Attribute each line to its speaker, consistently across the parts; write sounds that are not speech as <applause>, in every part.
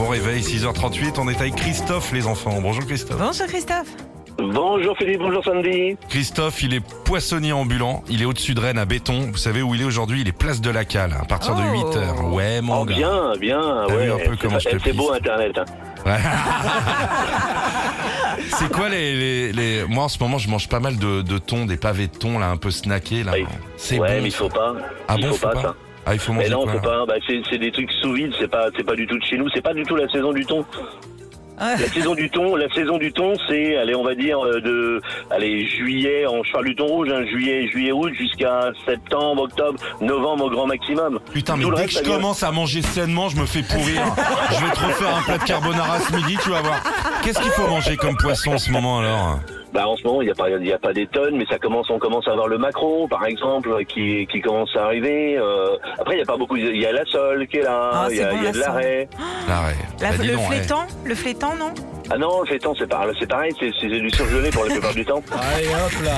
Speaker 1: réveil, 6h38. On est avec Christophe, les enfants. Bonjour Christophe.
Speaker 2: Bonjour Christophe.
Speaker 3: Bonjour Philippe, bonjour Sandy.
Speaker 1: Christophe, il est poissonnier ambulant. Il est au-dessus de Rennes à Béton. Vous savez où il est aujourd'hui Il est place de la Cale à partir de
Speaker 2: Oh.
Speaker 1: 8h. Ouais, mon
Speaker 3: Oh,
Speaker 1: gars.
Speaker 3: bien, bien.
Speaker 1: T'as
Speaker 3: ouais.
Speaker 1: vu un peu
Speaker 3: C'est
Speaker 1: comment
Speaker 3: fa- eh,
Speaker 1: je te
Speaker 3: C'est
Speaker 1: pisse.
Speaker 3: beau Internet. hein.
Speaker 1: Ouais. <laughs> C'est quoi les, les, les- Moi en ce moment, je mange pas mal de, de thon, des pavés de thon, là, un peu snackés, là.
Speaker 3: Oui.
Speaker 1: C'est
Speaker 3: ouais,
Speaker 1: bon.
Speaker 3: mais il faut pas.
Speaker 1: Ah
Speaker 3: il
Speaker 1: bon,
Speaker 3: faut, pas, ça.
Speaker 1: Ah, il faut manger
Speaker 3: Mais non,
Speaker 1: quoi,
Speaker 3: faut
Speaker 1: là
Speaker 3: pas. Bah, c'est c'est des trucs sous vide. C'est pas, c'est pas du tout de chez nous. C'est pas du tout la saison du thon.
Speaker 2: Ah.
Speaker 3: La saison du thon, la saison du thon, c'est, allez, on va dire euh, de, allez, juillet. En, je parle du thon rouge, hein, juillet, juillet, août, jusqu'à septembre, octobre, novembre au grand maximum.
Speaker 1: Putain, mais
Speaker 3: Tout le
Speaker 1: dès que
Speaker 3: reste,
Speaker 1: je
Speaker 3: ça vient-
Speaker 1: commence à manger sainement, je me fais pourrir. je vais te refaire un plat de carbonara ce midi, tu vas voir. Qu'est-ce qu'il faut manger comme poisson en ce moment alors
Speaker 3: Bah en ce moment il n'y a pas il y a pas des tonnes mais ça commence on commence à avoir le macro par exemple qui qui commence à arriver euh, après il n'y a pas beaucoup il y a la sole qui est là
Speaker 2: Ah,
Speaker 3: il y
Speaker 2: c'est
Speaker 3: a,
Speaker 2: bon,
Speaker 3: il y a
Speaker 2: la
Speaker 3: de
Speaker 2: sole.
Speaker 3: l'arrêt
Speaker 1: L'arrêt.
Speaker 2: La-
Speaker 1: Bah, dis
Speaker 2: le
Speaker 1: donc, ouais.
Speaker 2: flétan, le flétan, non
Speaker 3: ah non c'est temps c'est pareil c'est pareil c'est c'est du surgelé pour la plupart du temps
Speaker 1: Ah,
Speaker 4: Allez hop là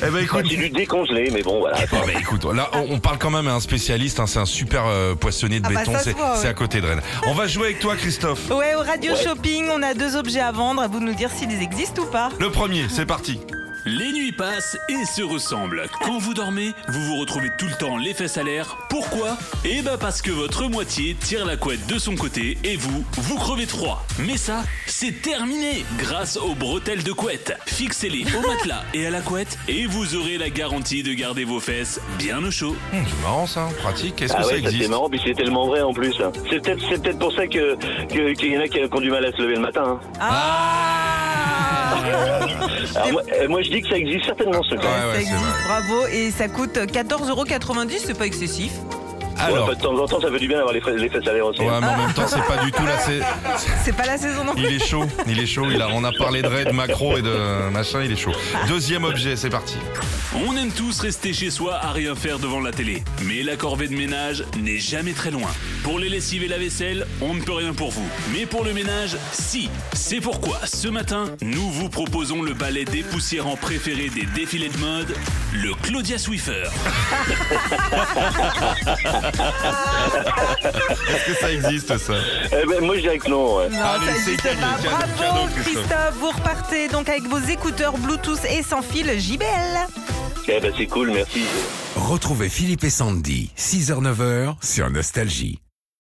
Speaker 1: Eh ben
Speaker 3: Enfin,
Speaker 1: écoute.
Speaker 3: c'est du décongelé mais bon voilà
Speaker 1: Ah bah, écoute, là on on parle quand même à un spécialiste, hein, c'est un super euh, poissonnier de
Speaker 2: Ah bah,
Speaker 1: béton,
Speaker 2: ça se
Speaker 1: c'est
Speaker 2: voit, ouais.
Speaker 1: c'est à côté de Rennes. On va jouer avec toi Christophe.
Speaker 2: Ouais, au radio
Speaker 3: Ouais.
Speaker 2: shopping, on a deux objets à vendre. À vous de nous dire s'ils existent ou pas.
Speaker 1: Le premier, c'est parti.
Speaker 5: Les nuits passent et se ressemblent. Quand vous dormez, vous vous retrouvez tout le temps les fesses à l'air. Pourquoi Eh ben parce que votre moitié tire la couette de son côté et vous, vous crevez de froid. Mais ça, c'est terminé grâce aux bretelles de couette. Fixez-les au matelas et à la couette et vous aurez la garantie de garder vos fesses bien au chaud.
Speaker 1: Hum, c'est marrant ça, pratique. Est-ce que
Speaker 3: ah
Speaker 1: ça
Speaker 3: ouais, ça, c'est
Speaker 1: existe
Speaker 3: marrant, puis c'est tellement vrai en plus. C'est peut-être, c'est peut-être pour ça que, que- qu'il y en a qui, qui ont du mal à se lever le matin. hein.
Speaker 1: Ah.
Speaker 3: Alors, moi, euh, moi, je dis que ça existe certainement ce truc.
Speaker 1: ouais, ouais,
Speaker 2: ça
Speaker 1: c'est
Speaker 2: existe,
Speaker 1: vrai.
Speaker 2: bravo. Et ça coûte 14,90€, c'est pas excessif.
Speaker 3: Ouais,
Speaker 1: Ah, Alors,
Speaker 3: de temps en temps, ça fait du bien d'avoir les, fesses- les fesses à l'air aussi.
Speaker 1: ouais, mais en même temps c'est pas du tout là, c'est
Speaker 2: C'est pas la saison non plus.
Speaker 1: Il est chaud, il est chaud. Il a, on a parlé de raid, macro et de machin, il est chaud. Deuxième objet, c'est parti.
Speaker 5: On aime tous rester chez soi à rien faire devant la télé. Mais la corvée de ménage n'est jamais très loin. Pour les lessives et la vaisselle, on ne peut rien pour vous. Mais pour le ménage, si. C'est pourquoi ce matin, nous vous proposons le ballet dépoussiérant préféré des défilés de mode, le Claudia Swiffer.
Speaker 1: Est-ce que ça existe ça
Speaker 3: Eh ben, moi, je dirais que non. ouais.
Speaker 2: Non,
Speaker 1: <laughs> Allez,
Speaker 2: ça
Speaker 1: c'est
Speaker 2: existe
Speaker 1: gagné,
Speaker 2: pas.
Speaker 1: cadeau,
Speaker 2: Bravo,
Speaker 1: cadeau, Christophe.
Speaker 2: Christophe. Vous repartez donc avec vos écouteurs Bluetooth et sans fil JBL.
Speaker 3: Eh ben, c'est cool, merci.
Speaker 6: Retrouvez Philippe et Sandy, 6h-9h sur Nostalgie.